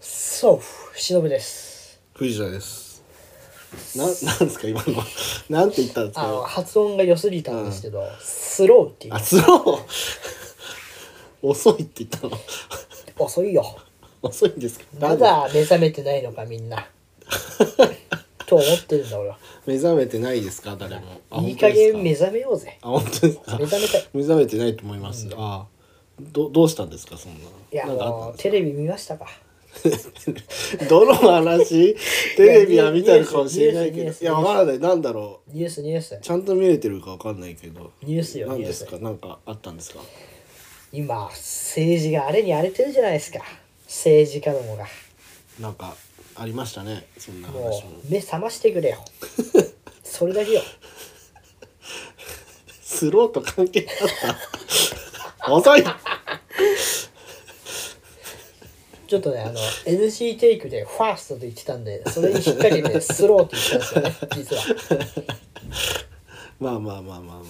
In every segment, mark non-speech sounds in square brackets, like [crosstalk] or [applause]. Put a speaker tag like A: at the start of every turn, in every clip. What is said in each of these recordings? A: そう、しのぶです。
B: 藤田です。な、なんですか、今の。 [laughs] なんて言ったんです
A: あの、
B: か。
A: 発音が良すぎたんですけど、スローっていう
B: あ、。スロー。遅いって言ったの。
A: 遅いよ。
B: 遅いんですか。
A: ま
B: なんで。
A: だ目覚めてないのか、みん
B: [laughs]
A: な。と思ってるんだ、俺は。
B: 目覚めてないですか、誰も。あ
A: いい加減
B: 本当
A: 目
B: ですか
A: 覚めようぜ。
B: あ、本当ですか。
A: 目覚めたい。
B: 目覚めてないと思います。あ。ど、どうしたんですか、そんな。
A: いや、
B: なんかあ
A: も
B: っ
A: う、テレビ見ましたか。
B: た。どの話。テレビは見たのかもしれな
A: ニ
B: い
A: ュ
B: け
A: ー
B: ど。
A: ス
B: いや、わからない、なんだろう。
A: ニュース、ニュース。
B: ちゃんと見れてるかわかんないけど。
A: ニュースよ
B: なんです
A: ニュ
B: か、なんかあったんですか。
A: 今、政治があれに荒れてるじゃないですか。政治家どもが。
B: なんかありましたねそんな
A: も
B: 話も
A: う、目覚ましてく
B: [laughs]
A: れよ。それだけよ。
B: スローと関係あった [laughs] 遅い
A: ちょっとね、あの、NG テイクでファーストと言ってたんで、それに引っ掛け
B: [laughs]
A: てスローって言ってたんですよね、実は。
B: まあまあまあまあまあ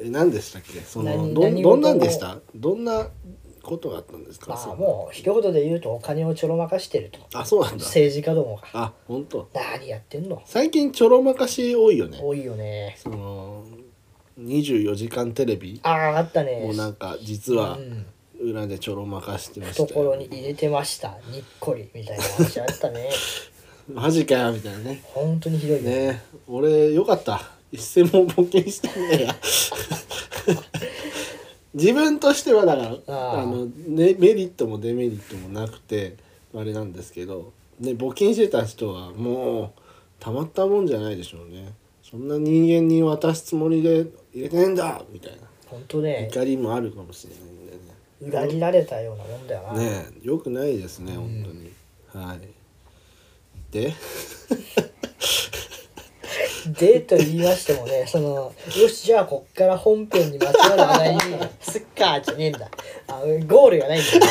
B: え何でしたっけその
A: 何
B: ど
A: 何
B: ん
A: 事も
B: どんなんでしたどんなことがあったんですか、
A: ま
B: そ
A: あ
B: の
A: もう、一言で言うとお金をちょろまかしてると。
B: あそうなんだ
A: 政治家どもが。
B: あ本当
A: 何やってんの
B: 最近ちょろまかし多いよね
A: 多いよね。
B: その24時間テレビ
A: ああ、あったね。
B: もうなんか実は
A: うん
B: 裏でちょろまかしてましたよ
A: 懐に入れてました。にっこり。みたいな話あった
B: [laughs]
A: ね。
B: マジかよみたいなね
A: 本当にひどいね。
B: ね俺よかった一銭も募金してねえや [laughs] 自分としてはだから
A: あ
B: あ
A: あ
B: の、ね、メリットもデメリットもなくてあれなんですけど、ね、募金してた人はもうたまったもんじゃないでしょうねそんな人間に渡すつもりで入れてねえんだみたいな
A: 本当ね、
B: 怒りもあるかもしれないんでね
A: 裏切られたようなもんだよな。
B: ねえよくないですね本当に、はいで
A: でと言いましてもね、その、よし、じゃあ、こっから本編にまつわる話題
B: [laughs]
A: に、すっかーじゃねえんだ。あゴールがないんだよな。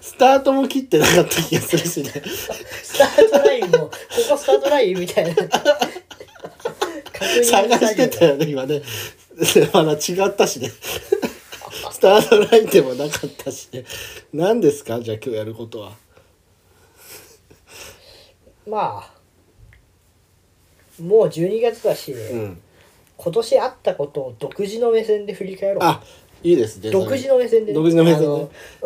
B: スタートも切ってなかった気がするしね
A: スタートラインも、ここスタートラインみたいな。確
B: 探してた
A: よ。
B: よね今ね [laughs] まだ違ったしねスタートラインでもなかったしね何ですかじゃあ今日やることは
A: まあ、もう12月だし、
B: うん
A: 今年あったことを独自の目線で振り返ろう。
B: あいいですね
A: 独自の目線で、ね、
B: 独自の目線で
A: あ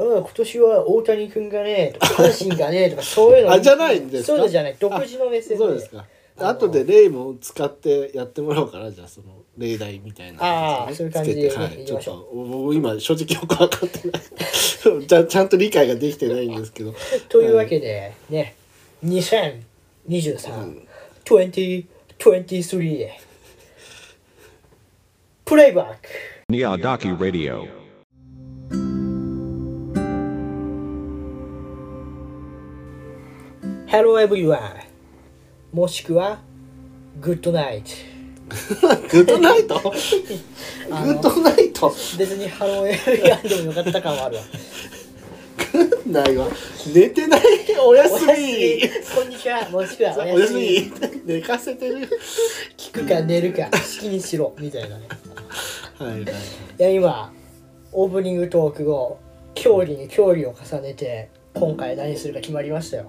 A: うん、今年は大谷君がね、とか阪神がね、とかそういうの。
B: あじゃないんですか
A: そういうのじゃない。独自の目線で。
B: そうですか
A: あの
B: あとで例も使ってやってもらおうかなじゃあその例題みたいな
A: ああそういう感じでね
B: つけてはいい
A: き
B: ちょ
A: ま
B: っ
A: しょう
B: と僕今正直よく分かってない [laughs] ちゃんちゃんと理解ができてないんですけど
A: と
B: [laughs]
A: いうわけで、ね、2023、2023で、プレイバック
C: Niyadaki Radio.
A: ハローエブリワンもしくは、グッドナイト
B: グッドナイ
A: [laughs]
B: トグッドナイト
A: 別にハローエブリワンでもよかった感はあるわ。
B: ないわ寝てないおや
A: お
B: す
A: やすみ
B: み
A: こんにちは、もしくはお
B: お
A: やす
B: やす
A: み。
B: み寝かせてる
A: 聞くか寝るか、好きにしろ、みたいなね。
B: はいはい
A: いや、今、オープニングトーク後、競技に競技を重ねて、今回何するか決まりましたよ。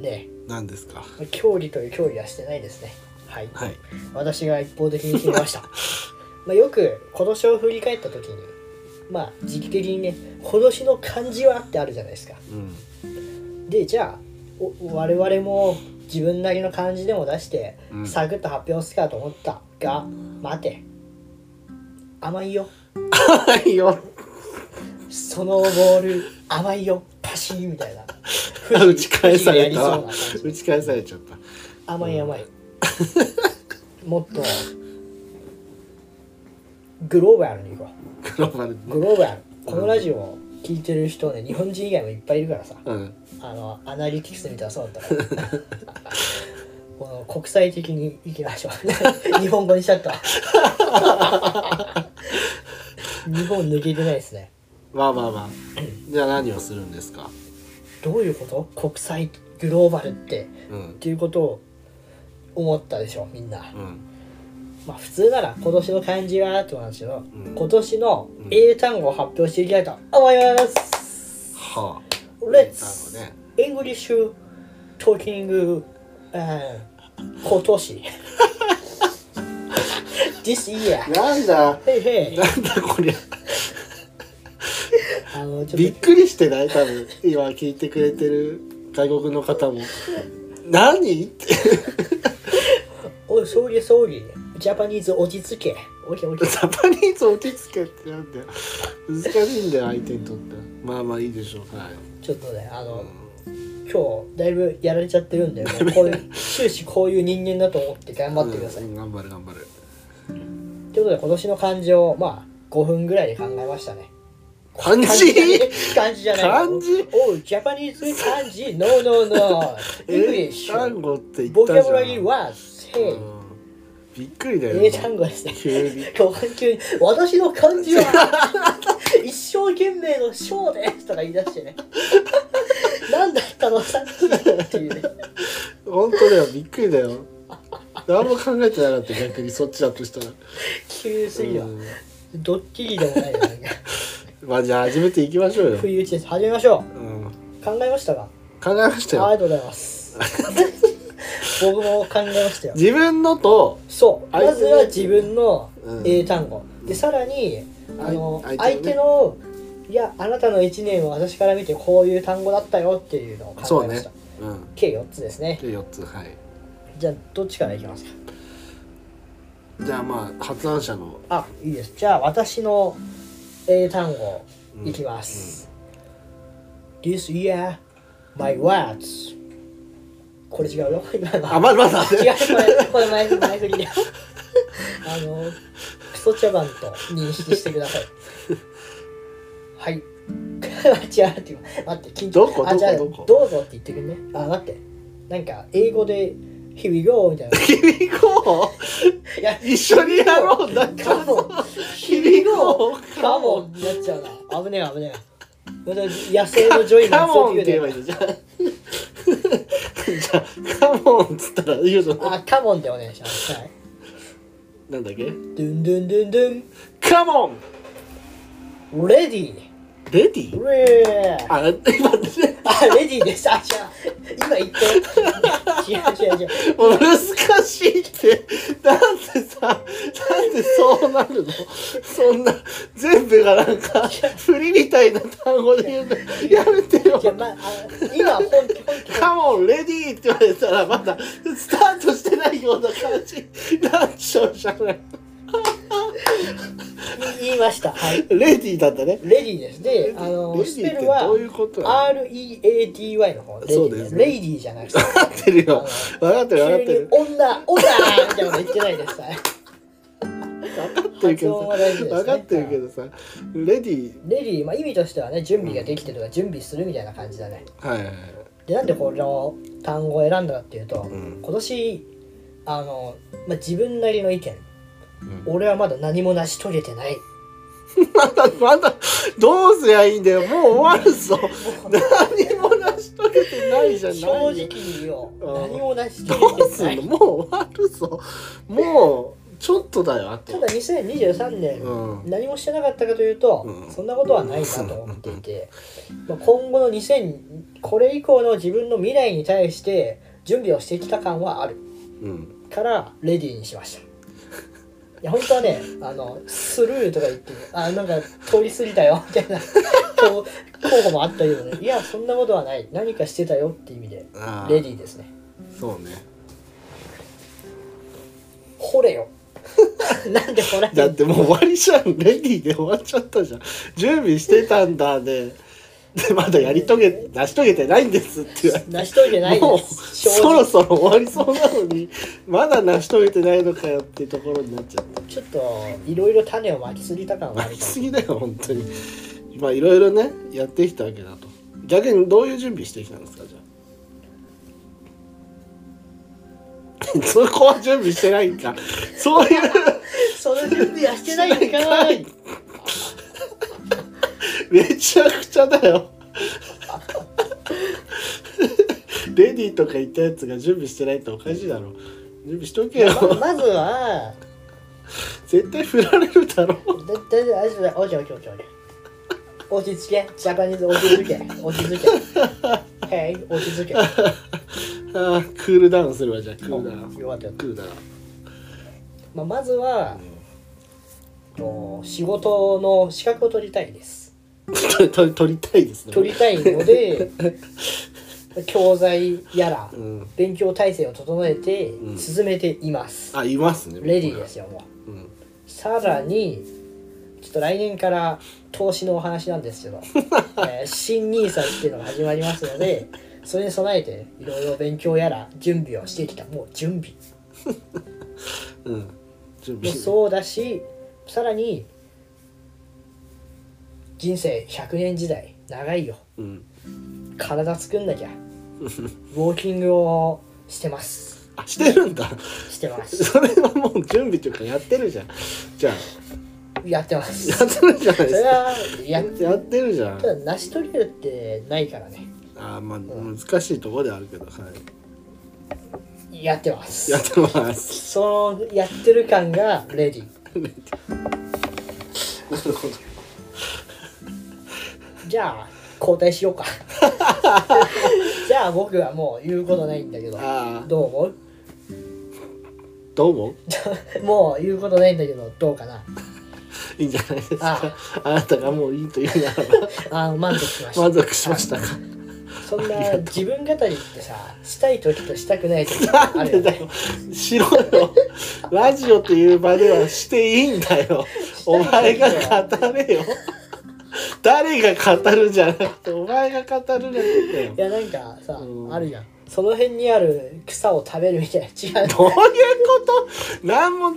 A: ねえ。
B: 何ですか
A: 競技という競技はしてないですねはい
B: はい
A: 私が一方的に決めましたまあよく今年を振り返った時にまあ時期的にね今年の漢字はってあるじゃないですか [laughs]
B: うん
A: でじゃあお我々も自分なりの漢字でも出して、
B: うん
A: サクッと発表するかと思ったが待て甘いよ
B: はいよ
A: そのボール甘いよパシーンみたいな
B: 打ち返され
A: 藤井がや
B: た
A: りそうな
B: わ
A: 感じ
B: 打ち返されちゃった
A: 甘い甘いもっとグローバルに行こ
B: グローバル
A: うグローバルこのラジオを聞いてる人ね日本人以外もいっぱいいるからさ
B: うん
A: あのアナリティクス見たらそうだったからこの国際的に行きましょう [laughs] 日本語にしちゃった日本抜けてないですね
B: まあまあまあじゃあ何をするんですか
A: どういうこと国際グローバルって
B: う
A: っ
B: ん
A: ていうことを思ったでしょみんな、
B: うん
A: まあ普通なら今年の漢字はってことなんですけど、
B: ん
A: 今年の英単語を発表していきたいと思います、
B: はあ
A: Let's
B: なる
A: English talking、uh, 今 [laughs] 年 This year
B: ほどねなんだ
A: Hey hey
B: なんだこりゃ
A: あのちょ
B: び
A: っ
B: っくりしてない多分今聞いてくれてる外国の方も何って
A: とおい Sorry sorry ジャパニーズ落ち着け OK OK
B: [laughs] ジャパニーズ落ち着けってなんだよ難しいんだよ相手にとってはまあまあいいでしょうはい
A: ちょっとねあの、今日だいぶやられちゃってるんでもうこう [laughs] いう終始こういう人間だと思って頑張ってください、
B: うん頑張る頑張る
A: ということで今年の漢字をまあ5分ぐらいで考えましたね
B: 漢
A: 漢
B: 字
A: 字じゃねえ漢字じゃない
B: 漢字
A: おうジャパニーズ漢字
B: [laughs]
A: No no no
B: え
A: English
B: 単語って言
A: ボ
B: っ
A: キ
B: た
A: ャ
B: じ
A: ブラリー
B: ゃん
A: は Hey
B: うんびっくりだよ
A: 英単語ですね
B: 急に
A: 後半急に私の漢字は
B: [laughs]
A: 一生懸命の章ですとか言い出してね [laughs] 何だったのさっきって
B: [laughs]
A: いうね
B: 本当だよびっくりだよ何も考えてなかった逆にそっちだとしたら
A: 急すぎるわ
B: うん
A: ドッキリでもないじゃないか
B: まあじゃあ始めていきましょうよ、
A: 不意打ちです始めましょ
B: うん、
A: う考えましたか
B: 考えました
A: ありが
B: よ
A: とうございます僕も考えましたよ
B: 自分のと
A: そう
B: 相
A: ま
B: 手の
A: ずは自分の
B: うん
A: 英単語、でさらにあの
B: 相
A: 相
B: 相手
A: 手のいやあなたの1年は私から見てこういう単語だったよっていうのを
B: そ
A: 考
B: う
A: えまし
B: ね
A: た、
B: うん、
A: 計4つですね
B: で4つはい
A: じゃあどっちからいきますか
B: じゃあまあ発案者の
A: あいいですじゃあ私の英単語
B: うん
A: いきます、This year my words これ違うよ今の
B: あまだまだ
A: 違うこれこれ前振り前振りであのクソ茶番と認識してくださいはい [laughs] 違うって待って緊張
B: どこ
A: あじゃあ
B: どこ
A: どうぞって言ってくんねあ待ってなんか英語で「Here we go」みたい
B: [laughs]
A: な
B: 君こう
A: いや
B: 一緒にやろうなん
A: カ
B: か
A: モ
B: 君こう
A: カモンになっちゃうな危ねえ危ねえ野生のジョイマ
B: カ
A: ン
B: モン
A: そう
B: って言え
A: いう
B: ば
A: の
B: いいのじゃあじゃあカモンっつったら言うじゃん
A: あカモンでお願いしますはい
B: なんだっけ
A: ドゥンドゥンドゥンドゥ
B: カモン
A: ンレディー
B: レディー
A: うえー
B: あ今ね
A: あ、レディーです。あ、じゃあ、今言って。違う違う違う。
B: もう難しいってなんでさなんでそうなるのそんな全部がなんか振りみたいな単語で言うのやめてよ
A: じゃあ、まあ、あ今本気本気。
B: カモンレディーって言われたらまだスタートしてないような感じになっちゃうじゃない
A: 言いました。はい。
B: レディーだったね
A: レディーです。で、あ
B: レ
A: の、
B: デ
A: ス
B: ィー
A: ペ
B: って
A: ルは
B: どういうことなの
A: R-E-A-D-Y の方。レデ
B: そう
A: ィー
B: ですね
A: レディーじゃなくて。
B: 分かってるよ分かってる分かっ
A: 急
B: て
A: に
B: る
A: 女、女みたいなこと言ってないです。はい
B: 分かってるけ
A: 発音
B: ど
A: は大事です
B: さ
A: ね
B: 分かってるけどさレディー
A: レディー、まあ意味としてはね、準備ができてるとか、準備するみたいな感じだね。
B: はいはいはい
A: でなんでこの単語を選んだかっていうと、
B: ん
A: 今年あの、まあ、自分なりの意見、
B: うん
A: 俺はまだ何も成し遂げてない
B: まだまだどうすりゃいいんだよもう終わるぞ何も成し遂げてないじゃない
A: 正
B: よ
A: 直に言おう
B: あー
A: 何も成し遂
B: ど
A: げ
B: う
A: て
B: す
A: なんい
B: のもう終わるぞもうちょっとだよあと
A: ただ2023年、
B: うん
A: 何もしてなかったかというと、
B: うん
A: そんなことはないなと思っていて、まあ、今後の2000これ以降の自分の未来に対して準備をしてきた感はある
B: うん
A: からレディーにしましたいや本当はねあのスルーとか言ってあなんか通り過ぎたよみたいなこう [laughs] 候補もあったけどねいやそんなことはない何かしてたよって意味で
B: あー
A: レディーですね
B: そうね
A: 掘れよ [laughs] なんで掘ら
B: だ
A: れ
B: っててもう終わりじゃんレディーで終わっちゃったじゃん準備してたんだねでまだやり遂げ成し遂げてないんですって言われて
A: 成し遂げてない
B: も
A: で
B: う
A: す正
B: そろ
A: 直
B: そろ終わりそうなのにまだ成し遂げてないのかよっていうところになっちゃった
A: ちょっといろいろ種をまきすぎた感はあ
B: 巻
A: る
B: きすぎだよ本当にまあいろいろねやってきたわけだと逆にどういう準備してきたんですかじゃあ [laughs] そこは準備してないんかそういう
A: その準備はしてないんかい
B: めちゃくちゃだよレディーとか言ったやつが準備してないっておかしいだろ準備しとけ
A: ま
B: よ
A: まずは
B: 絶対振られるだろ
A: だだだあじゃあおじゃおじゃおじゃおじゃ落ち着けジャパニーズ落ち着け落ち着けへい落ち着け
B: あークールダウンするわじゃあクールダウン
A: よかったよかった
B: クールダウン
A: まあ、まずは、と仕事の資格を取りたいです
B: とと取りたいですね
A: 取りたいの
B: [laughs]
A: で教材やら、
B: うん
A: 勉強体制を整えて
B: ん
A: 進めています、
B: あいますね、
A: レディーですすよもう
B: うん、
A: さらにちょっと来年から投資のお話なんですけ
B: [laughs]
A: ど、えー新ニーサっていうのが始まりますのでそれに備えていろいろ勉強やら準備をしてきたもう準備
B: うん、準
A: も
B: 備
A: そうだしさらに人生100年時代長いよ
B: う、うん、
A: 体作んなき
B: [laughs]
A: ゃウォーキングをしてます
B: あしてるんだ
A: してます
B: それはもう準備というかやってるじゃんじゃあ
A: やってます
B: やってるじゃない
A: そ
B: で
A: れ
B: すか
A: はやっ
B: やってるじゃん
A: ただ成し遂げるってないからね
B: あーまあ難しいところではあるけどはい
A: やってます
B: やってます
A: そのやってる感がレディ
B: なるほど
A: じゃあ交代し
B: [laughs]
A: ようかじゃあ僕はもう言うことないんだけど
B: ああ
A: どう思う
B: どうも
A: もう言うことないんだけどどうかない
B: いんじゃないです
A: あ
B: かあなたがもういいというならば
A: あー満足しました
B: 満足しましたか
A: そんな自分語りってさしたい時としたくない時が
B: [laughs] な
A: あ
B: ん
A: るよ
B: で
A: ね
B: だよ [laughs] しろよラジオっていう場ではしていいんだ [laughs] よお前が語れよ誰が語るんじゃなくてお前が語るんじゃなくてよ
A: いやなんかさ
B: うん
A: あるじゃんその辺にある草を食べるみたいな違う
B: どういうこと何も違う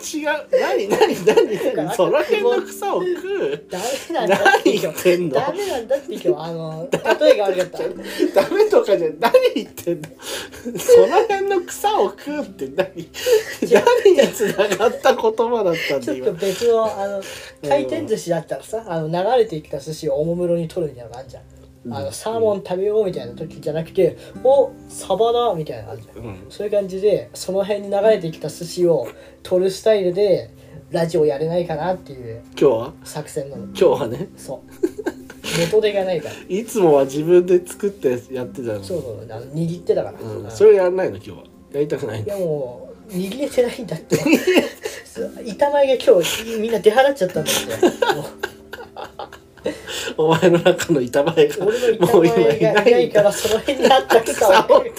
B: 何何何何その辺の草を食う
A: ダメなんだって今
B: 何言ってん
A: 日
B: の
A: ダメなんだって今日あの例えが悪かった
B: ダメとかじゃ何言ってんのその辺の草を食うって何何につながった言葉だったん
A: ち
B: だ
A: ょっと
B: 今
A: 別のあの回転寿司だったらさあの流れてきた寿司をおもむろに取るみたいなのがあるじゃん、あのサーモン食べようみたいな時じゃなくておサバだみたいなのあるじゃん、
B: うん
A: そういう感じでその辺に流れてきた寿司を取るスタイルでラジオやれないかなっていう
B: 今日は
A: 作戦なの
B: 今日はね
A: そう
B: [laughs]
A: 元手がないから
B: いつもは自分で作ってやってたのに
A: そうそうあの握ってたから、
B: うん
A: うん
B: それやらないの今日はやりたくない
A: い
B: の
A: やもう握れてないんだって [laughs] そう板前が今日みんな出払っちゃったんだってもう
B: お前の中の板前が
A: 俺の板
B: もう今
A: 前
B: い
A: が
B: ない
A: ない
B: いん
A: か
B: だ
A: らその辺にあった草を食
B: [laughs]
A: う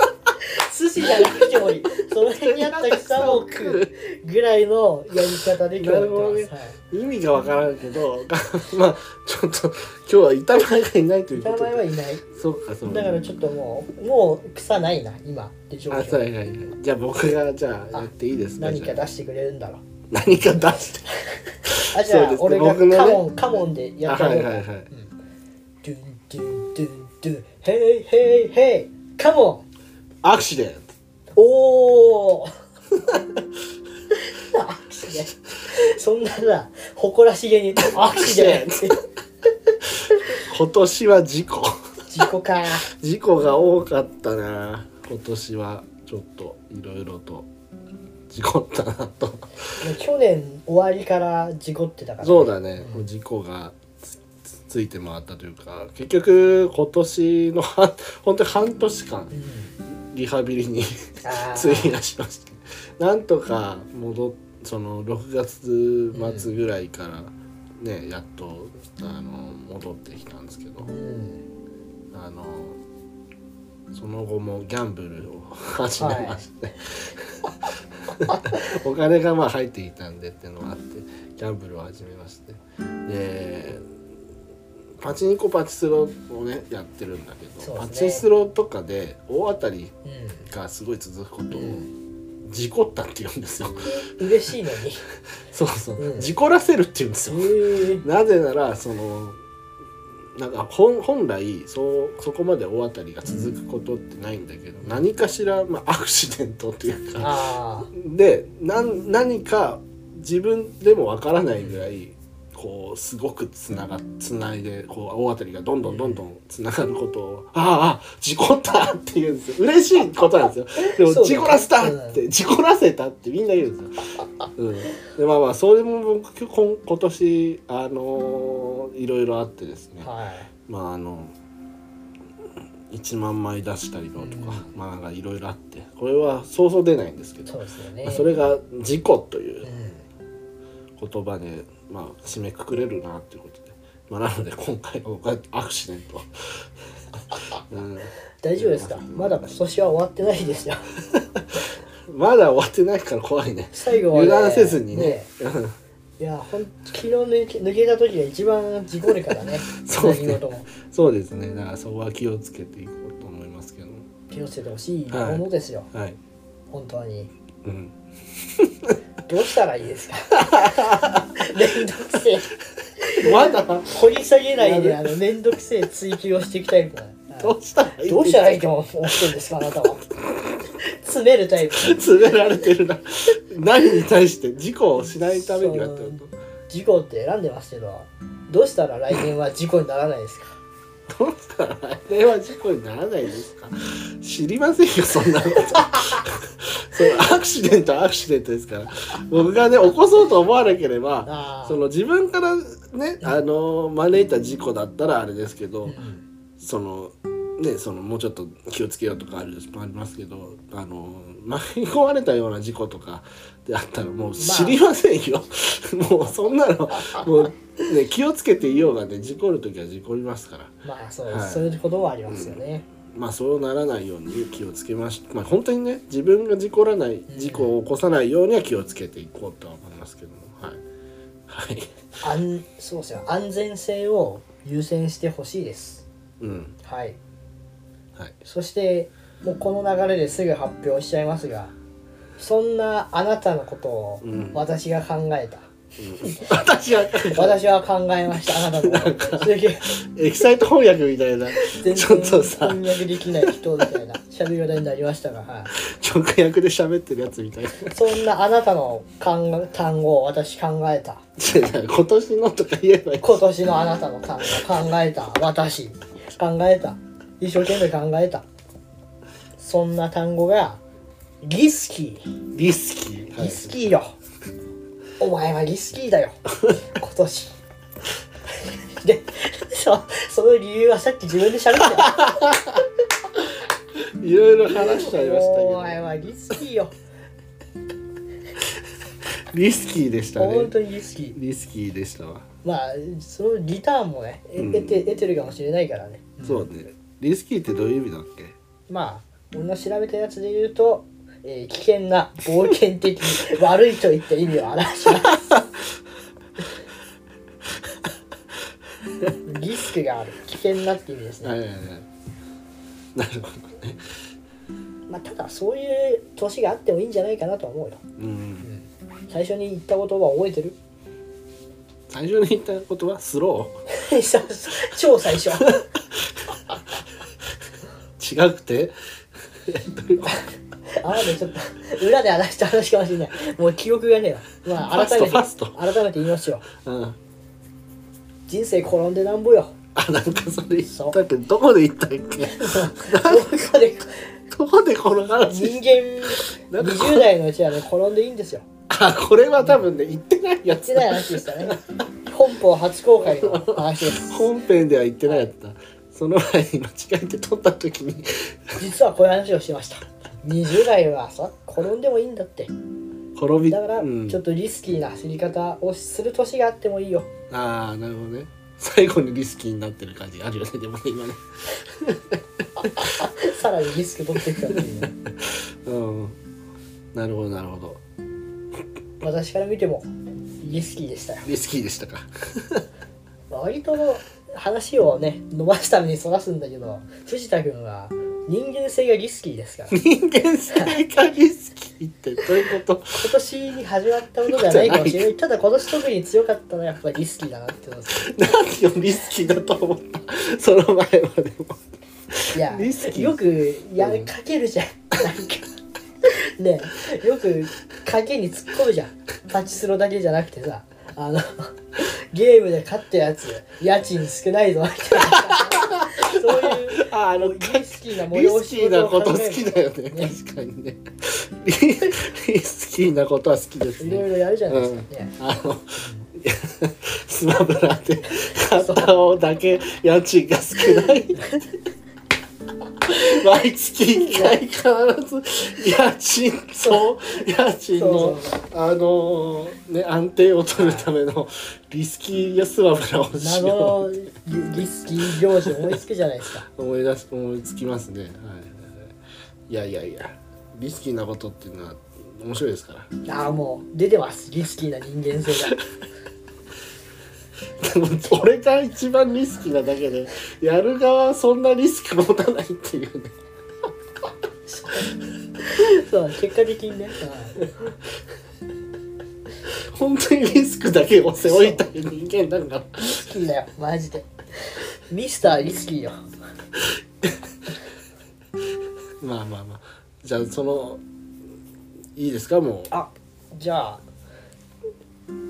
A: 寿司じゃなくてもいいその辺にあった草を食うぐらいのやり方で今日やって
B: なるほど
A: ま
B: ね
A: す、はい
B: 意味がわからんけど [laughs] まあちょっと今日は板前がいないというこ
A: 板
B: と
A: 前は
B: で
A: いない
B: そうかそう
A: だからちょっともうもう草ないな今って状
B: あそうはい
A: 況
B: はいはいじゃあ僕がじゃあやっていいですか
A: 何
B: じゃ
A: か
B: あ
A: 出してくれるんだろう
B: 何か出して
A: あじゃ
B: そう
A: あ、
B: ですね
A: 俺がカ
B: 僕のね
A: モン、カモンでやってあげようか
B: あはいはいはい
A: うんドゥンドゥンドゥンドゥンヘイヘイヘイカモン
B: アクシデント
A: おおアクシデント [laughs] そんなさ誇らしげにアクシデント
B: 今年は事故 [laughs]
A: 事故か
B: 事故が多かったな今年はちょっといろいろと事故ったな [laughs] と
A: 去年終わりから事故ってたから
B: そうだね、もう事故がつつついて回ったというか結局今年の半本当に半年間リハビリに
A: あー
B: 費やしましたなんとか戻っその6月末ぐらいからね、やっとあの戻ってきたんですけど
A: うん
B: あのその後もギャンブルを始めまして、
A: [laughs]
B: お金がまあ入っていたんでっていうのがあってギャンブルを始めましてでパチンコパチスロをねやってるんだけ
A: そうです
B: ど、パ
A: ね
B: チスロとかで大当たり
A: う
B: がすごい続くこと
A: う
B: を事故ったって言うんですよ
A: ん嬉しいのに
B: そうそう、
A: うん
B: 事故らせるって言うんですよ
A: へえ
B: なぜならそのなんか本本来そうそこまで大当たりが続くことってないんだけど、何かしら、まあ、アクシデントっていうか
A: あ
B: でなん何か自分でもわからないぐらいこうすごくつながつないでこう大当たりがどんどんどんどんつながることを「ああ事故った!」って言うんですよ嬉しいことなんですよで
A: そ
B: も
A: うだ
B: 「事
A: ね
B: 故らせた!」って「事故らせた!」ってみんな言うんですよ。うん、でまあまあそれも僕今今年あのーいろいろあってですね、
A: は
B: まああの1万枚出したりのとか、まあなんかいろいろあってこれはそうそう出ないんですけ
A: い
B: ど
A: そうですよね
B: まあそれが「事故」といううん言葉で、まあ、締めくくれるなっていうことで、まあ、なので今回は僕はアクシデント、 [laughs] うん、
A: 大丈夫ですかまだ今年は終わってない
B: [laughs]
A: ですよ
B: まだ終わってないから怖いね
A: 最後は、ね、
B: 油断せずにねうん
A: いやほん昨日抜け抜けた時が一番事故るからね
B: [laughs] そうね
A: 何事も
B: そうですねだからそこは気をつけていこうと思いますけど
A: 気をつけてほしいものですよ、
B: [laughs] はい、
A: 本当に
B: うん、
A: どうしたらいいですか [laughs] めんどくせえ
B: まだ
A: 掘り下げないであのめんどくせえ追求をしていくタイプだ
B: [laughs] どうしたらいい
A: どうしたらいい
B: か
A: と思ってるんですかあなた
B: [laughs]
A: は詰めるタイプ
B: 詰められてるな何に対して事故をしないためにはってこ
A: 事故って選んでますけどどうしたら来年は事故にならないですか
B: とどうしたら来年は事故にならないですか知りませんよそんなことそうアクシデントはアクシデントですから僕がね起こそうと思わなければ
A: ああ
B: その自分からねあの招いた事故だったらあれですけど、
A: うん
B: そのねそのもうちょっと気をつけようとかあるありますけどあの巻き込まれたような事故とかであったらもう知りませんよ、もうそんなのもう、ね、気をつけていようがね事故る時は事故りますから
A: まあそう、
B: はい
A: そういうこともありますよね、
B: まあそうならないように気をつけましまあ本当にね自分が事故らない事故を起こさないようには気をつけていこうとは思いますけどもはいはい
A: 安そうですよ安全性を優先してほしいです
B: うん
A: はい
B: はい
A: そしてもうこの流れですぐ発表しちゃいますがそんなあなたのことを
B: うん
A: 私が考えた、
B: 私は
A: 私は考えましたあなたのことをすげえ
B: エキサイト翻訳みたいな
A: 全
B: ちょっと
A: 然
B: さ
A: 翻訳できない人みたいな [laughs] 喋り方になりましたが、はい
B: 直訳で喋ってるやつみたいな
A: そんなあなたの単語単語を私考えた
B: 違う違う今年のとか言えばいい
A: 今年のあなたの単語考えた私考えた一生懸命考えたそんな単語がリスキー
B: リスキー、
A: リスキーよお前はリスキーだよ今年 [laughs] でそその理由はさっき自分で喋ってた
B: はい、いろいろ話しちゃいましたけ
A: お
B: ど
A: 前はリスキーよ
B: リスキーでしたね
A: 本当にリスキー
B: リスキーでしたわ、
A: まあそのリターンもね、え
B: うん
A: 得て得てるかもしれないからね
B: そうねリスキーってどういう意味だっけ
A: まあ俺の調べたやつで言うと、えー危険な冒険的 [laughs] 悪いといった意味を表しますリスクがある危険なって意味ですね、
B: はいはいはいなるほどね
A: まあ、ただそういう年があってもいいんじゃないかなとは思うよ
B: うん
A: 最初に言った言葉覚えてる [laughs]
B: 最初に言った言葉スロ
A: 超最初
B: ー違くてえどういうこ
A: あまでちょっと裏で話した話かもしれないもう記憶がねえわ、まあ、改めて
B: ファストフ
A: 改めて言いますよ
B: とうん
A: 人生転んでなん
B: [laughs]
A: ぼよ
B: あなんかそれ言ったっけどこで言 [laughs] ったっけ
A: どこかで
B: どこでこの話
A: 人間
B: なんか
A: 20代のうちはね転んでいいんですよ
B: あこれは多分ね言ってないやつ
A: 世代の話でしたね本邦初公開の話です
B: 本編では言ってないやつだ、その前に間違えて撮った時に
A: 実はこういう話をしてました20代はさ転んでもいいんだって
B: 転び
A: だから
B: うん
A: ちょっとリスキーな走り方をする年があってもいいよ
B: ああなるほどね最後にリスキーになってる感じあるよねでもね今ね
A: さらにリスク取っていくからっていうね
B: うんなるほどなるほど
A: 私から見てもリスキーでしたよ
B: リスキーでしたか
A: 割と話をね伸ばすためにそらすんだけど藤田君は人間性がリスキーですから今
B: 人間性がリスキーってどういうこと
A: 年に始まったことではないかもしれ
B: [laughs]
A: ないただ今年特に強かったのはやっぱりリスキーだなってことです
B: 何をリスキーだと思ったその前までも
A: いや
B: リスキー
A: よくや
B: うん
A: かけるじゃんなんかねえよく賭けに突っ込むじゃんパチスロだけじゃなくてさあのゲームで勝ったやつ家賃少ないぞみたいなそういう
B: ああの
A: リスキーな
B: リ
A: 催
B: ス
A: し
B: キーなこと好きだよね
A: ね
B: 確かにねリリスキーなことは好きです
A: いろい
B: ね
A: ろやるじゃないですかね、
B: あの [laughs] いやスマブラで片方だけ家賃が少ない毎月1回必ず家賃と家賃
A: そ
B: の
A: うそう
B: あのーね安定を取るためのリスキーやスマブラをしよ
A: 謎の
B: う
A: リスキー行事思いつくじゃないですか
B: 思い出す思いつきますね、はいはいはい、いやいやいやリスキーなことっていうのは面白いですから
A: ああもう出てますリスキーな人間性が
B: [laughs] でも [laughs] 俺が一番リスキーなだけでやる側はそんなリスク持たないっていうね
A: そう結果的にね、
B: 本当にリスクだけを背負いたい人間なんか
A: リスキーだよマジでミスターリスキーよ
B: まあまあまあじゃあそのいいですかも
A: あじゃあ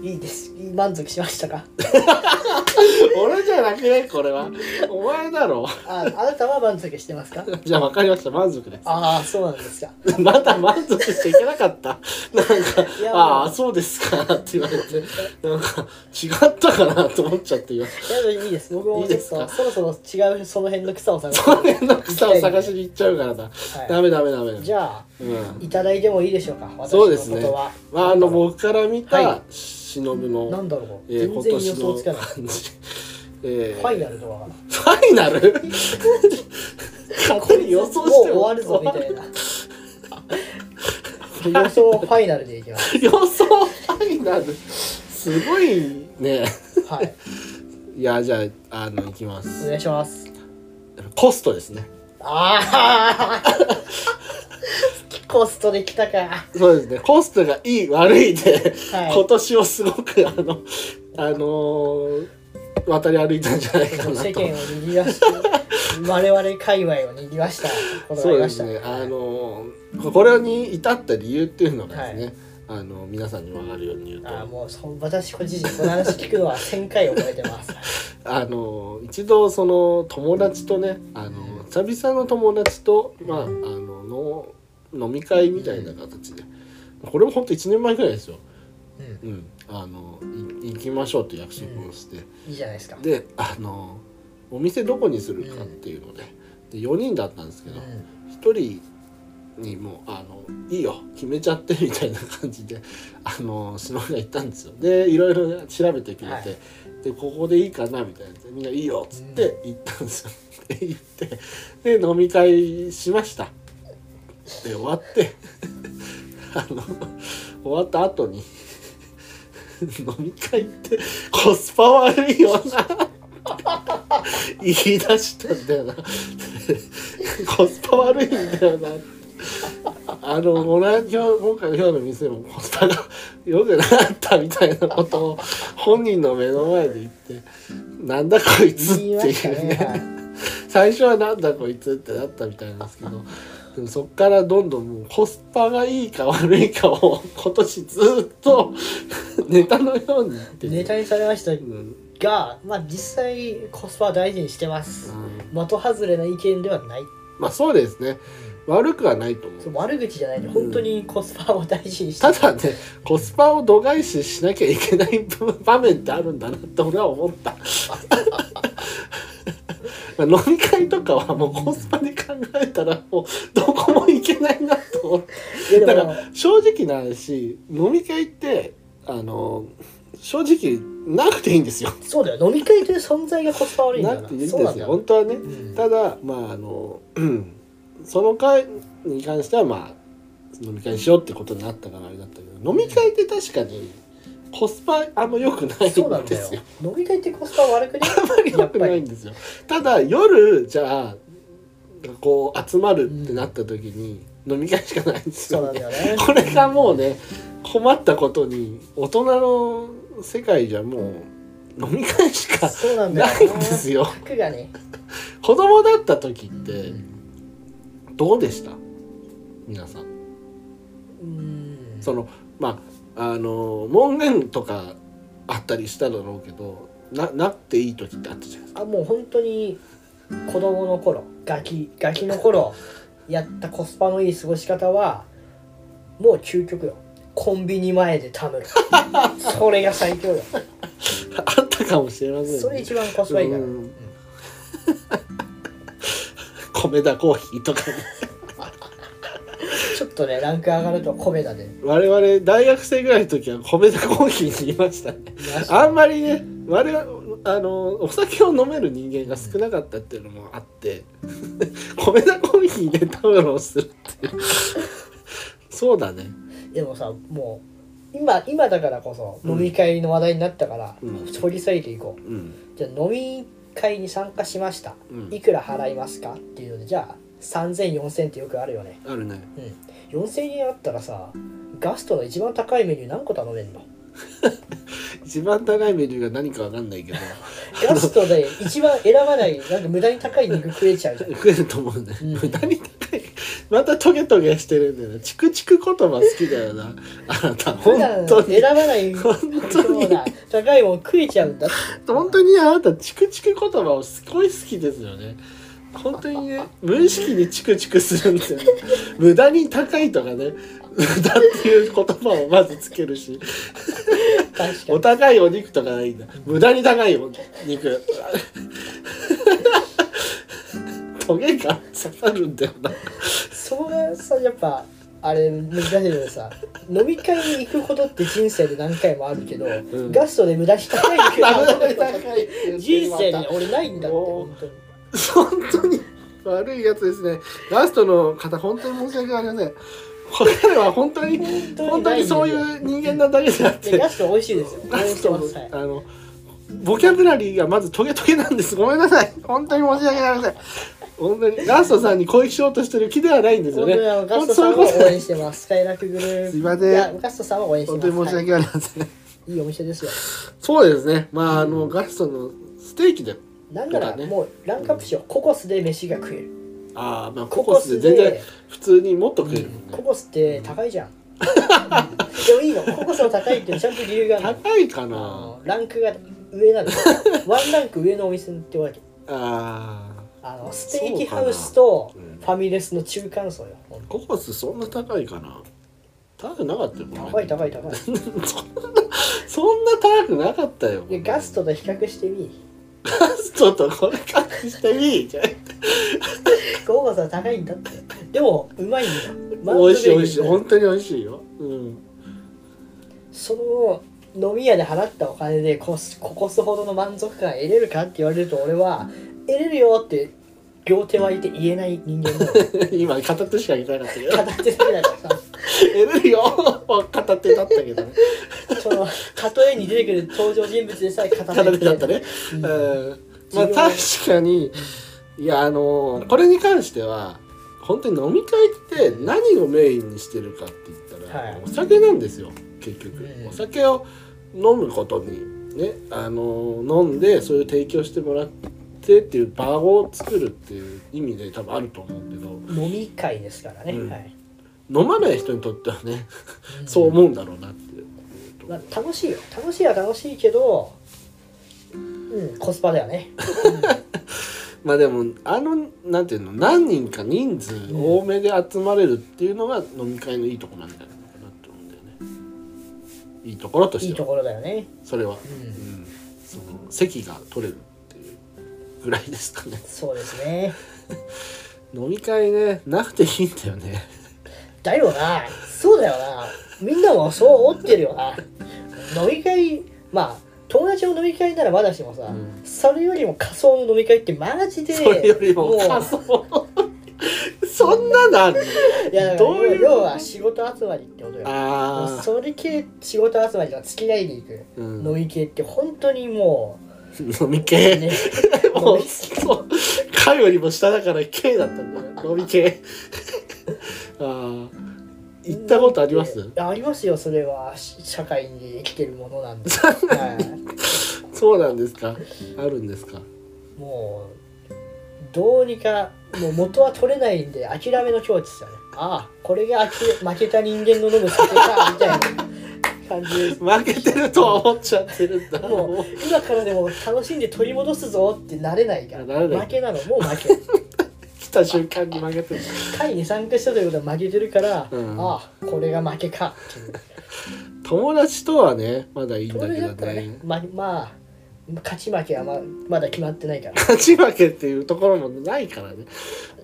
A: いいです満足しましたか
B: う俺じゃなくねこれはお前だろ
A: ああなたは満足してます
B: [laughs]
A: か
B: じゃあ分かりました満足です
A: ああそうなんですか
B: まだ満足していけなかった。なんか
A: い、や
B: ああ、そうですかって言われて、なんか、違ったかなと思っちゃってよ。
A: いやいいです僕も
B: いい
A: ちょ
B: で
A: っ
B: すか
A: とそろそろ違うその辺の草を探
B: その
A: す
B: 辺の草を探しに行っちゃうからだ。ダメダメダメ。
A: じゃあ
B: うん、
A: いただいてもいいでしょうか私
B: そう
A: の
B: です
A: こ
B: ね
A: とは。
B: まあ、あの、僕から見
A: は
B: た、忍の、
A: なんだろう、
B: えー
A: 全
B: 今
A: 然予
B: 年
A: 想つか
B: の
A: ない
B: 感じ。えー
A: ファイナルとか
B: ファイナル勝手に予想して
A: もう終わるぞみたいなじゃあ予想ファイナルでいきます
B: [laughs] 予想ファイナル。すごいね。
A: はい
B: いや、じゃあ、あの、いきま
A: お
B: す。
A: 願いします
B: コストですね。
A: ああコストできたか
B: そうですね、コストがいい悪いで、
A: はい
B: 今年をすごくあの、あのー渡り歩いたんじゃないかなと。
A: 世間を賑わして我々界隈を賑わしたことがあ
B: そう
A: り
B: で
A: まし
B: す
A: た
B: ね、あ
A: はい
B: のーこれに至った理由っていうのがですね、あの皆さんにも分かるように言うと
A: あー
B: あ
A: もうそ私個人この話聞くのは1000回を超えてます
B: のー一度その友達とねあのー久々の友達と、まあ、あのの飲み会みたいな形で、これも本当1年前ぐらいですよ、
A: うん
B: うん、あのい行きましょうという約束をして。
A: いいじゃないですか
B: であのお店どこにするかっていうので,、で4人だったんですけ
A: う
B: ど、
A: ん
B: 1人にもうあのいいよ決めちゃってみたいな感じで [laughs] あの忍びが行ったんですよでいろいろね調べてくれて、
A: はい
B: でここでいいかなみたいなみんないいよっつって行ったんですよ、で行ってで飲み会しましたで終わって [laughs] あの終わった後に飲み会ってコスパ悪いよな言い出したんだよなコスパ悪いんだよなあの同じ今日今回の今日の店もコスパが良くなかったみたいなことを本人の目の前で言ってなんだこいつって
A: 言いました
B: いう
A: ね、は
B: ね
A: い
B: 最初はなんだこいつってなったみたいなんですけどでもそっからどんどんもうコスパがいいか悪いかを今年ずっとネタのように言ってて
A: ネタにされました
B: うん
A: が、まあ、実際コスパは大事にしてます的外れな意見ではない
B: まあそうですね悪くはないと思
A: そうう悪口じゃないで本当にコスパを大事にして
B: ただねコスパを度外視しなきゃいけない [laughs] 部場面ってあるんだなって俺は思った [laughs] まあ飲み会とかはもうコスパで考えたらもうどこも行けないなと思って
A: いや
B: だ
A: で
B: か
A: も
B: ら正直な話飲み会ってあの正直なくていいんですよ
A: そうだよ飲み会という存在がコスパ悪いんだ
B: な
A: よな
B: くていいんです
A: そうなんだ
B: よ
A: よ
B: 本当はね、
A: ん
B: ただまああのうんその会に関してはまあ飲み会しようってことになったからあれだったけど飲み会って確かにコスパあんま良くないんです
A: そう
B: よ
A: なんだよ飲み会ってコスパ悪くねあんま
B: 良くないんですよただ夜じゃあこう集まるってなった時に、飲み会しかないんです
A: そうな
B: よ
A: ん
B: ね
A: だよ
B: [laughs]
A: ね
B: これがもうね困ったことに大人の世界じゃもう飲み会しか
A: そうなんだよ
B: ないんですよ
A: 格がね
B: 子供だった時ってどうでした皆さん
A: うん
B: そのまああの門限とかあったりしただろうけどななっていい時ってあったじゃないですか
A: あもう本当に子供の頃ガキガキの頃やったコスパのいい過ごし方はもう究極よコンビニ前でたむ
B: [laughs]
A: るそれが最強よ
B: [laughs] あったかもしれません
A: それ
B: ね
A: 一番コスパいいから、
B: うん
A: うん
B: 米田コーヒーとかね [laughs]
A: ちょっとねランク上がると米だで、
B: 我々大学生ぐらいの時は米田コーヒーにいましたね
A: マジ
B: あんまりね我々あのお酒を飲める人間が少なかったっていうのもあって [laughs] 米田コーヒーでタムロをするっていう [laughs] そうだね
A: でもさもう今今だからこそ飲み会の話題になったから、
B: うん
A: 掘り下げていこう
B: うん
A: じゃあ飲み会に参加しました、
B: うん
A: いくら払いますかっていうのでじゃあ30004000ってよくあるよね
B: あるね
A: うん4000円あったらさガストの一番高いメニュー何個頼めんの
B: 一番高いメニューが何かわかんな
A: [laughs]
B: いけど
A: ガストで一番選ばないなんか無駄に高い肉食えちゃうじゃん
B: 食えると思うね、
A: うん
B: 無駄に高いまたトゲトゲしてるんだよなチクチク言葉好きだよなあなた
A: 普
B: 本
A: 段
B: 当
A: 選
B: に
A: ばない
B: 本当
A: そう
B: に
A: だ高いもん食えちゃうんだって
B: 本当にあなたチクチク言葉をすごい好きですよね本当にね無意識にチクチクするんですよ、ね、無駄に高いとかね [laughs] 無駄っていう言葉をまずつけるし
A: 確か
B: お
A: に
B: 高いお肉とかないいんだ無駄に高いお肉トゲが刺さるんだよな
A: そこがさやっぱあれ難しいけど
B: [laughs]
A: さ飲み会に行くことって人生で何回もあるけど、
B: ん
A: ガストで無駄に高い肉
B: [laughs]
A: 食べること
B: い
A: 人生に俺ないんだって
B: おー
A: 本当に
B: 本当に悪いやつですねラストの方本当に申し訳ありません彼は本当に
A: 本当に
B: 本当にそういう人間なだけであっ
A: で
B: て
A: ガスト美味しい
B: [laughs]
A: ですよ応
B: ラ
A: 援
B: ス
A: して
B: ト
A: ま
B: の
A: すはい
B: あのボキャブラリーがまずトゲトゲなんですごめんなさい本当に申し訳ありません本当にラストさんに攻撃しようとしてる気ではないんですよ
A: 本当
B: ね
A: にあのガ
B: 本
A: ス
B: 当
A: トさ
B: そうん
A: は
B: いうこと
A: 応援してます。スカイラックグループ。
B: すいません
A: や、ガストさんは応援して
B: 本
A: ます。
B: 当に申し
A: はい
B: 訳ありません
A: いいお店ですよ。
B: そうですねまああのガストのステーキで
A: なんな
B: と
A: ら
B: かね
A: もうランクアップしよう。ココスで飯が食える。
B: ああまあコ
A: コ
B: コ
A: コ
B: スで
A: スで
B: 全然普通にもっと食えるもんね
A: ココスって高いじゃん。 [laughs] うんでもいいの。ココスの高いっていうのはちゃんと理由があるの
B: 高いか
A: あ
B: な
A: の。ランクが上
B: [laughs]
A: なの。ワンランク上のお店ってわけ。
B: ああ
A: あのステーキハウスとフ
B: そうかなうん
A: ァミレスの中間層よ。ほんと
B: ココスそんな高いかな高くなかったよ
A: 高い高い
B: い
A: 高い。
B: そんな [laughs] そんな高くなかったよ
A: でガストと比較してみ。
B: ガストとこれ感じしてみ
A: ココスは高いんだって。でもう [laughs] まいんだよ。満足
B: 美味しい
A: できるんだよ
B: 美味しい本当に美味しいようん [laughs]
A: その飲み屋で払ったお金でこすここすほどの満足感得れるかって言われると俺は得れるよって両手はいて言えない人間だ
B: 今片手しかいかなかったけど
A: 片手だけだからさ
B: [laughs] 得るよ片手だったけどね
A: その例えに出てくる登場人物でさえ片手
B: 片手だったねう
A: うんん
B: まあ確かにいやあのこれに関しては本当に飲み会って何をメインにしてるかって言ったら、
A: はい
B: お酒なんですよ結局、
A: うん
B: お酒を飲むことにねあの飲んでそういう提供してもらってっていう場を作るっていう意味で多分あると思うけど
A: 飲み会ですからね、
B: うん
A: はい、
B: 飲まない人にとってはねそう思うんだろうなっていうとこ
A: まあ、楽しいよ楽しいは楽しいけどうんコスパだよね
B: まあでもあのなんていうの何人か人数多めで集まれるっていうのが飲み会のいいとこなんじゃないかなって思うんだよねいいところと
A: い
B: し
A: い
B: て
A: と
B: は
A: ころだよね
B: それは、
A: う
B: うんん、その席が取れるっていうぐらいですかね
A: そうですね
B: 飲み会ねなくていいんだよね
A: だよなそうだよなみんなもそう思ってるよな飲み会まあ友達の飲み会ならまだしもさ、
B: ん
A: それよりも仮想の飲み会ってマジで
B: それよりも
A: う
B: 仮想そんなのある
A: [laughs] いやだから
B: どういう
A: 要は仕事集まりってことよも
B: あ
A: う
B: あ
A: それ系仕事集まりが付き合いでいく、
B: うん
A: 飲み系って本当にも
B: 飲み
A: う
B: 会
A: ね
B: [laughs] もうそう「か」よりも下だから「K」だったんだよ飲み系 [laughs] ああ行ったことあります
A: いやありますよそれはし社会に生きてるものなんで、はい
B: そうなんですかあるんですか
A: もうどうにかもう元は取れないんで諦
B: [laughs]
A: めの境地ですよねああこれがあき負けた人間の飲む酒かみたいな感じです
B: 負けてるとは思っちゃってるんだ
A: もう今からでも楽しんで取り戻すぞってなれないから
B: なれない
A: 負けなのもう
B: [laughs]
A: 負け
B: 来た瞬間に負けてる
A: 会に参加したということは負けてるから、
B: うん
A: ああこれが負けかっていう
B: 友達とはねまだいいん
A: こ
B: だ
A: れ
B: け
A: だ
B: ど
A: ったらね
B: ね
A: ままあ勝ち負けはままだ決まってないから
B: 勝ち負けっていうところもないからね、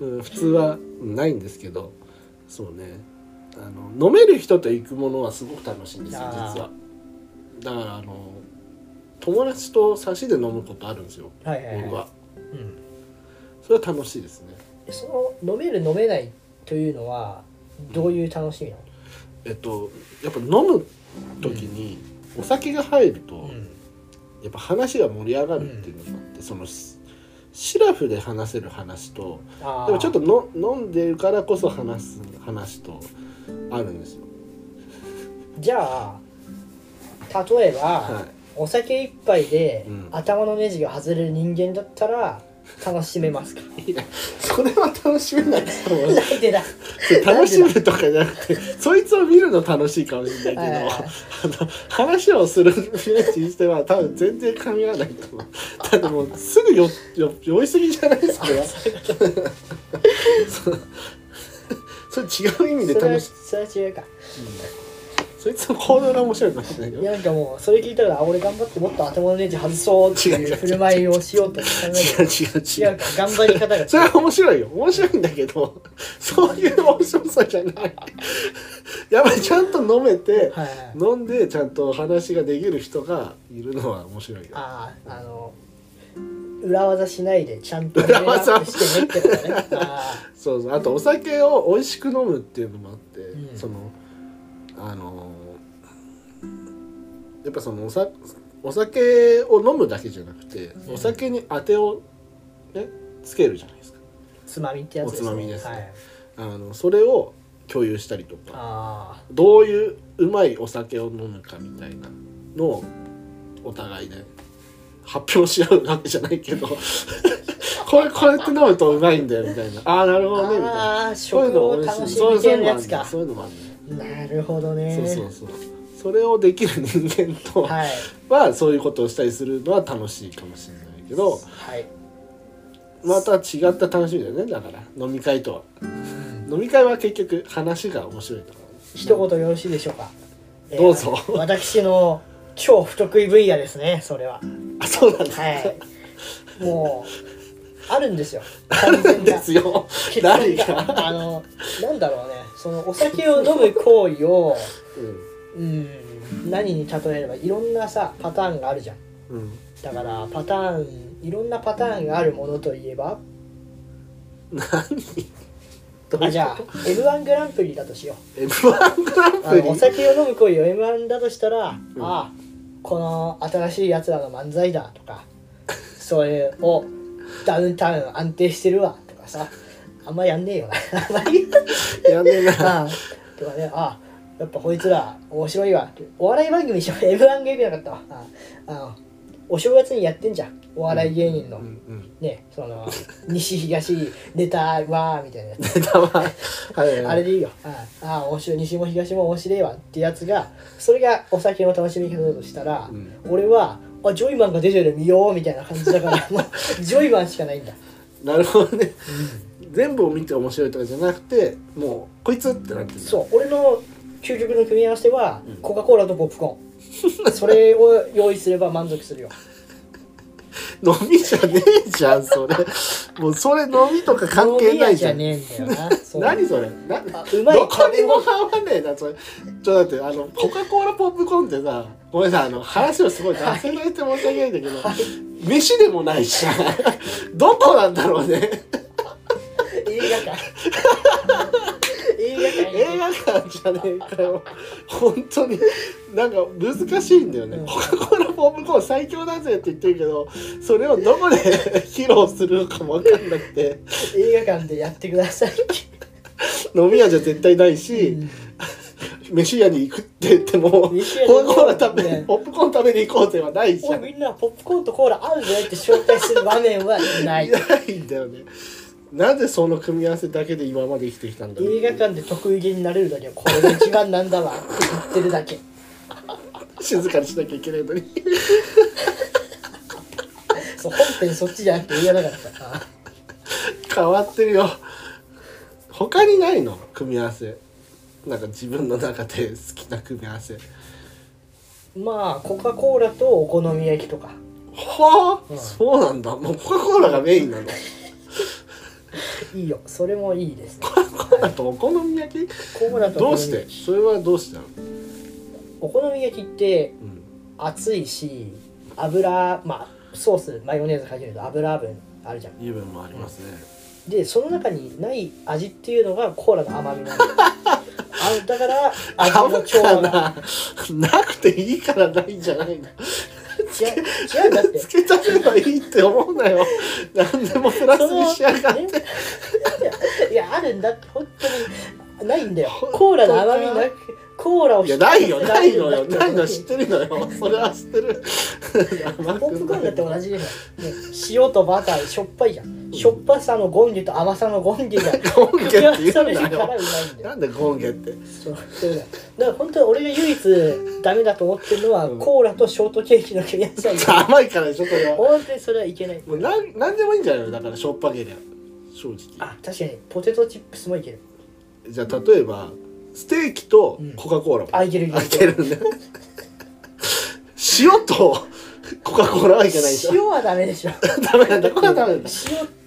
B: うん、普通はうんないんですけどそうねあの飲める人と行くものはすごく楽しいんですよ実
A: あー
B: はだからあの友達と差しで飲むことあるんですよ
A: はいはい、
B: 僕
A: は
B: は
A: う
B: い
A: ん
B: それは楽しいですね
A: で、その飲める飲めないというのはどういう楽しみな
B: えっとやっぱ飲む時にお酒が入ると、
A: の、うん
B: やっぱ話が盛り上がるっていうのがあって、そのシシラフで話せる話と
A: あー
B: でもちょっとの飲んでるからこそ話す話とあるんですよ。
A: じゃあ例えば、
B: は
A: お酒一杯で、
B: うん
A: 頭のネジが外れる人間だったら楽しめますか
B: い、いやそれは楽しめないと思う
A: なんでだ
B: 楽しむとかじゃなくてそいつを見るの楽しいかもしれないけど
A: はいはいはい
B: あの話をするイメージにしては多分全然噛み合わないと思うだってもうすぐよよ酔いすぎじゃないですかそそれ違う意味で
A: それ
B: 楽
A: は
B: しい
A: それは違うか
B: そいつの行動が面白いかもしれない
A: い
B: よ
A: やなんかもうそれ聞いたらあ俺頑張ってもっと頭のネジ外そうって
B: 違う違う
A: い
B: 違
A: う
B: う
A: 振る舞いをしようと考
B: 違
A: え
B: う
A: て
B: 違
A: る
B: [laughs] う違
A: 違う
B: う
A: か頑張り方が違う
B: それは面白いよ面白いんだけどそういう面白さじゃないやっぱりちゃんと飲めて、
A: はいはい
B: 飲んでちゃんとお話ができる人がいるのは面白いよ
A: あああの裏技しないでちゃんと
B: 裏技
A: レベルアップしてねってことね
B: [laughs]
A: あ
B: そうそうあとお酒を美味しく飲むっていうのもあって、
A: うん
B: そのあのーやっぱそのおさお酒を飲むだけじゃなくて、
A: うん
B: お酒にあてを、ね、つけるじゃないですか
A: ーつまみってやつですね
B: おつまみですね
A: はい、
B: あのそれを共有したりとか
A: あ
B: どういううまいお酒を飲むかみたいなのをお互いで発表し合うわけじゃないけど [laughs] これこれって飲むとうまいんだよみたいなああなるほ
A: ー
B: どねみたいな。
A: あー
B: そういう
A: 食
B: の
A: を
B: 美味
A: 楽
B: しい
A: し
B: そう
A: み
B: そ
A: 系
B: ういう
A: の
B: の
A: や
B: もある
A: つ
B: ね
A: か
B: そういうのもあるね
A: なるほどね
B: そうそうそうそれをできる人間とは、
A: はい
B: そういうことをしたりするのは楽しいかもしれないけど
A: はい
B: また違った楽しみだよねだから飲み会とは飲み会は結局話が面白いとか
A: 一言よろしいでしょうか、えー
B: どうぞ
A: 私の超不得意分野ですねそれは
B: あそうなんです、
A: はいもうあるんですよ完全な
B: ですよ
A: 欠
B: [laughs] 何
A: 点
B: が、
A: があのなんだろうねそのお酒を飲む行為を
B: う
A: うん何に例えればいろんなさパターンがあるじゃん
B: んうん、
A: だからパターンいろんなパターンがあるものといえば
B: どう
A: あじゃあ m 1グランプリだとしよう
B: M1 グラン
A: あ
B: プ
A: のお
B: リ
A: 酒を飲む行為を m 1だとしたら、ああこの新しいやつらの漫才だとかそれをダウンタウン安定してるわとかさあんまやんねえよな [laughs] あんまり
B: やねえな
A: ああとかねああやっぱこいつら面白いわお笑い番組しょ [laughs] m 1ゲームなかったわあああのお正月にやってんじゃんお笑い芸人の、
B: うんうん
A: ねその西東ネタはみたいなやつ
B: [laughs] ネタははい
A: あれでいいよああああ面白い西も東も面白いわってやつがそれがお酒の楽しみ方だとしたら、
B: うん
A: 俺はあジョイマンが出てる見ようみたいな感じだからもうジョイマンしかないんだ
B: なるほどね、全部を見て面白いとかじゃなくてもうこいつってなってる
A: そう俺の究極の組み合わせは、コカ・コーラとポップコ
B: [laughs]
A: ーンそれを用意すれば満足するよ
B: 飲みじゃねえじゃ
A: [laughs]
B: んそれもうそれ飲みとか関係ないじゃん
A: 飲み屋じゃねえんだよなそう
B: 何それな
A: あうまい
B: どこにも合わねえなそれちょっと待ってあのコカ・コーラポップコーンってさごめんなさいあの話をすごい脱線して申し訳ないんだけど、飯でもないしどこなん [laughs] だろうね
A: 映画館映画館
B: 映画館じゃねえかよ本当になんか難しいんだよね、
A: うん
B: コカ・コーラポップコーン最強だぜって言ってるけどそれをどこで披露するのかも分かんなくて
A: 映画館でやってください
B: 飲み屋じゃ絶対ないし、飯屋に行くって言ってもコ
A: 飯屋に
B: カ・コーラ食べ、
A: ね
B: ポップコーン食べに行こうぜはないじ
A: お
B: ゃ
A: い
B: ん
A: みんなポップコーンとコーラ合うぜって紹介する場面はない
B: ないんだよねなぜその組み合わせだけで今まで生きてきたんだろう
A: 映画館で得意げになれるだけはこれが一番なんだわって言ってるだけ
B: 静かにしなきゃいけないのに
A: そう本編そっちじゃなくて言えなかったあ
B: 変わってるよ他にないの組み合わせなんか自分の中で好きな組み合わせ
A: まあコカ・コーラとお好み焼きとか
B: はあ、
A: うん
B: そうなんだもうコカ・コーラがメインなの
A: いいよそれもいいですね
B: コカ・コーラとお好み焼き
A: コーラとお好
B: どう
A: み焼
B: し
A: き
B: てそれはどうしてなの、
A: お好み焼きって
B: うん、
A: 熱いし油まあソースマヨネーズかけると油分あるじゃん
B: 油分もありますね、
A: でその中にない味っていうのがコーラの甘みなん
B: [laughs]
A: だよあだから味
B: 買
A: の
B: う
A: 調
B: か
A: 和が
B: ななくていいからないんじゃないの
A: いや違うんだって
B: 付け足せばいいって思うなよ何でもプラスにしやがっ
A: そ
B: て
A: のいやあるんだって本当にないんだよコーラの甘みなくコーラを
B: いやないよ
A: 引き
B: ない
A: 立てら
B: の
A: れ
B: よ
A: るんだって
B: ない
A: [laughs]
B: の知ってるのよそれは知ってる
A: ポップコーンだって同じでしょ、ね、塩とバターしょっぱいじゃんしょっぱさのゴンゲと甘さのゴンゲが
B: ゴンゲって言うなよ
A: 組み合わされるからうまいんだよ
B: なんでゴンゲって
A: そうそうだよだから本当に俺が唯一ダメだと思ってるのは、
B: うん
A: コーラとショートケーキの組み合わせなんだよ
B: 甘いからでしょ [laughs] それはも
A: 本当にそれはいけないう
B: なんなんでもいいんじゃないのだからしょっぱげりゃ正直
A: あ確かにポテトチップスもいける
B: じゃあ例えばステーキとコカ・コーラも、
A: あいけるい
B: あい
A: け
B: け
A: る
B: るんだよ塩とコカ・コーラはいけないでしょ
A: 塩はダメで
B: [laughs]
A: しょ
B: ダメなんだこれはダメなんだ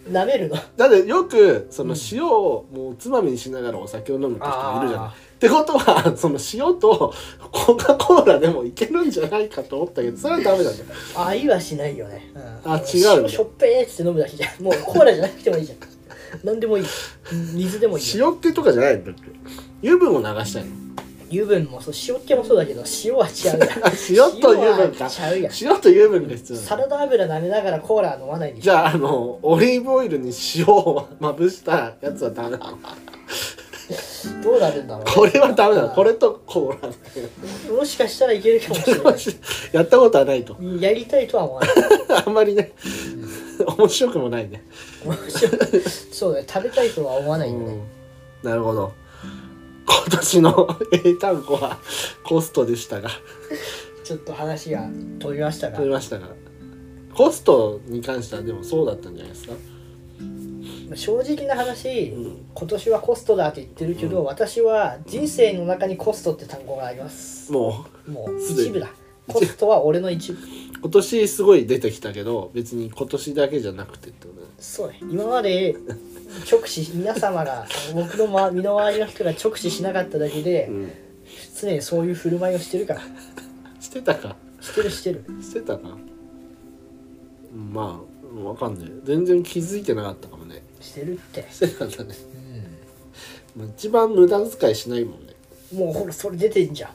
A: 塩舐めるの
B: だってよくその塩をもうおつまみにしながらお酒を飲むって人もいるじゃな
A: あ
B: い。
A: ー
B: ってことはその塩とコカ・コーラでもいけるんじゃないかと思ったけどそれはダメなんだよ。
A: 愛はしないよね、うん
B: あ違うんだ
A: 塩しょっぺーっつって飲むだけじゃんもうコーラじゃなくてもいいじゃん何でもいい水でもいいよ
B: 塩気とかじゃないんだって油分を流したいの。
A: 油分もそう塩気もそうだけど塩は違うやん
B: [laughs] 塩と油分か
A: はちゃうやん
B: 塩と油分が必要な
A: サ
B: の
A: ラダ油舐めながらコーラは飲まないでし
B: じ
A: ょ
B: ゃああのオリーブオイルに塩をまぶしたやつはダメなの
A: どうなるんだろう
B: これはダメなのこれとコーラだけど
A: もしかしたらいけるかもしれない
B: やったことはないと [laughs]
A: やりたいとは思わない
B: あんまりね面白くもないね [laughs]
A: そうだね食べたいとは思わないよね、
B: うんなるほど今年の [laughs] 英単語はコストでしたが
A: ちょっと話が飛びましたが
B: 取りましたがコストに関してはでもそうだったんじゃないですか
A: 正直な話、
B: うん
A: 今年はコストだって言ってるけど、私は人生の中にコストって単語があります
B: も
A: もう
B: すでに
A: 一部だコストは俺の一部
B: う今年すごい出てきたけど別に今年だけじゃなくてってことね
A: そうね今まで直視 [laughs] 皆様が僕のま身の回りの人が直視しなかっただけで、
B: う
A: 常にそういう振る舞いをしてるから
B: んしてたか
A: してるしてる
B: してたかうんまあわかんない全然気づいてなかったかもね
A: してるって、
B: してなかったねまあ一番無駄遣いしないもんね
A: もうほらそれ出てんじゃん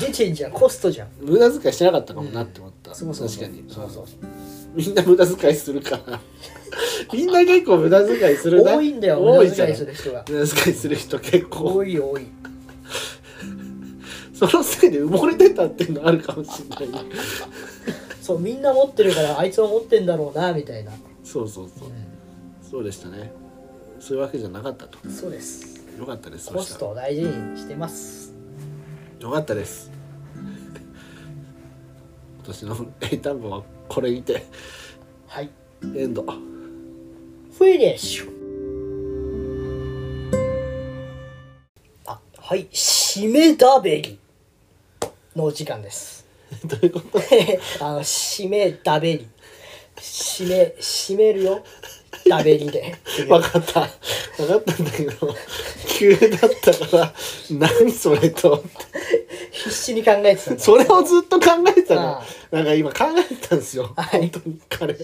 A: 出てんじゃんコストじゃん
B: 無駄遣いしなかったかもなって思った、
A: そうそうそう
B: 確かに
A: そうそう
B: みんな無駄遣いする
A: [laughs]
B: から。みんな結構無駄遣いするな。
A: 多いんだよ
B: 多
A: 無
B: い
A: 駄
B: じゃ
A: 遣
B: ん
A: いする人が
B: 無駄遣いする人結構。
A: 多い多い
B: そのせいで埋もれてたっていうのあるかもしれない。
A: そうみんな持ってるからあいつも持ってんだろうなみたいな、
B: そうそうそう。そうでしたね。そういうわけじゃなかったと。
A: そうです
B: よかったです。
A: コストを大事にしてます
B: そしたらよかったです。 [laughs] 今年の英単語はこれにて
A: はい
B: エンド。
A: フィニッシュあはい締めだべりのお時間です
B: [laughs] どういうこと
A: [laughs] あの締めだべり締め締めるよだべりで
B: わかった。わかったんだけど、 [laughs] 急だったから、何それと思って。
A: 必死に考えてたんだ
B: それをずっと考えてたの
A: あ。
B: なんか今考えてたんですよ。
A: はい
B: 本当に彼。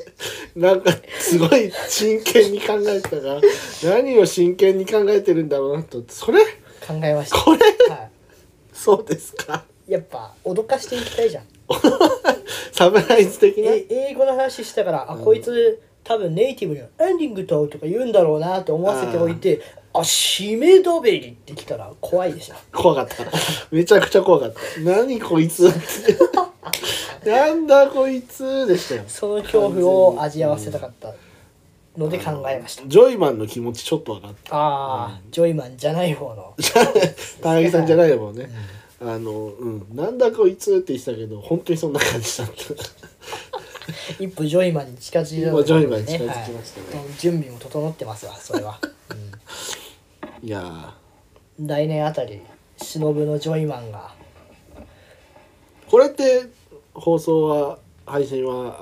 B: なんかすごい真剣に考えてたから、何を真剣に考えてるんだろうなと思って。それ
A: 考えました
B: これ
A: は
B: そうですか。 [laughs]
A: い、やっぱ脅かしていきたいじゃん
B: サプライズ的な。
A: え英語の話したからあ、こいつ多分ネイティブにはエンディングととか言うんだろうなと思わせておいてあ締めだべりってきたら怖いでしょ
B: 怖かった。めちゃくちゃ怖かった。何こ
A: [laughs]
B: いつって。なんだこいつでしたよ。
A: その恐怖を味わわせたかったので考えました
B: ジョイマンの気持ちちょっと分かっ
A: [laughs]
B: た。
A: ああジョイマンじゃない方の
B: 高木さんじゃないもんね。あのうんなんだこいつって言ってたけど本当にそんな感じだった [laughs]
A: 一歩ジョイマンに近づいた
B: 一歩ジョイマンに近づきましたね
A: はい準備も整ってますわそれは、
B: いや
A: うん来年あたり忍のジョイマンが
B: ーこれって放送は配信は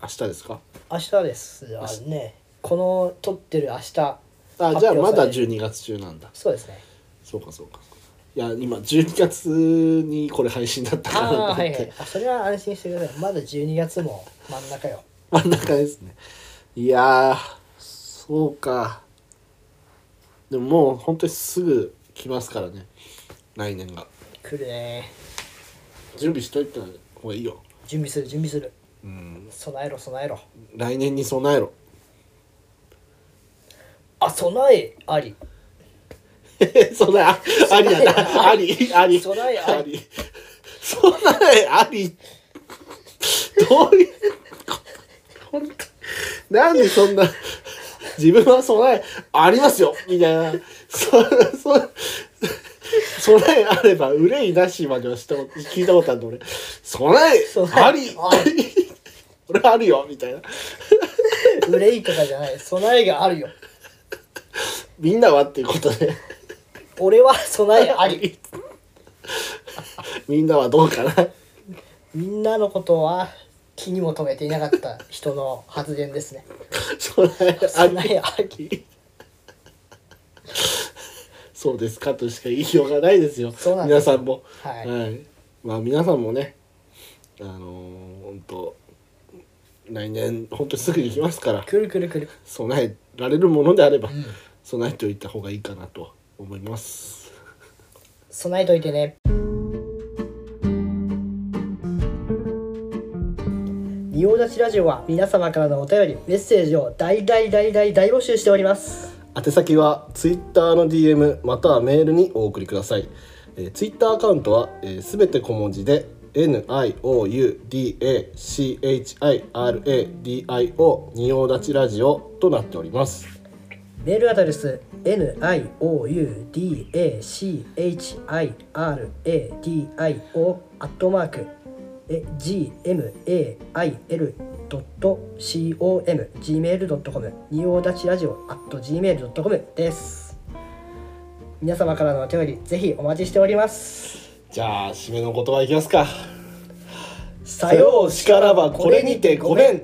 B: あ明日ですか
A: 明日ですあねこの撮ってる明日
B: あじゃあ
A: 発
B: ま
A: 表さ
B: だ
A: れる
B: 12月中なんだ
A: そうですね
B: そうかそうかいや今12月にこれ配信だったかなと
A: あ
B: 思
A: あ
B: っ
A: ーはいは
B: て
A: い [laughs] あそれは安心してくださいまだ12月も真ん中よ
B: 真ん中ですねいやーそうかでももう本当にすぐ来ますからね来年が
A: 来るね
B: 準備しといた方がいいよ
A: 準備する準備する
B: うん
A: 備えろ備えろ
B: 来年に備えろ
A: あ備えあり
B: [laughs] 備えあありだなありあり
A: 備えあ
B: あ
A: り
B: り備えありどういうこと本当なんでそんな自分は備えありますよみたいなそそ備えあれば憂いなしまではしたこと聞いたことあるの俺備え
A: 備え
B: あり
A: あ
B: 俺あるよみたいな
A: 憂いとかじゃない備えがあるよ
B: みんなはっていうことで
A: 俺は備えあり
B: みんなはどうかな
A: みんなのことは気にも留めていなかった人の発言ですね。
B: 備えあり
A: 備えあり。
B: そうですかとしか言いようがないですよ。
A: そうなんで
B: 皆
A: す
B: さ
A: よ
B: んも、
A: はい
B: まあ皆さんもね、あのー本当来年本当にすぐに来ますから、
A: くるくるくる。
B: 備えられるものであれば、
A: ん
B: 備えておいた方がいいかなと思います。
A: 備えといてね。仁王立ちラジオは皆様からのお便り、メッセージを大大大大大募集しております。
B: 宛先は Twitter の DM またはメールにお送りください、えー、Twitter アカウントはすべ、全て小文字で NIOUDACHIRADIO 仁王立ちラジオとなっております
A: メールアドレス NIOUDACHIRADIO アットマーク GMAIL.com gmail.com 仁王立ちラジオ at gmail.com です皆様からのお手りぜひお待ちしております
B: じゃあ締めの言葉いきますか
A: さ
B: さよ
A: よ
B: うしからばこれにてごめん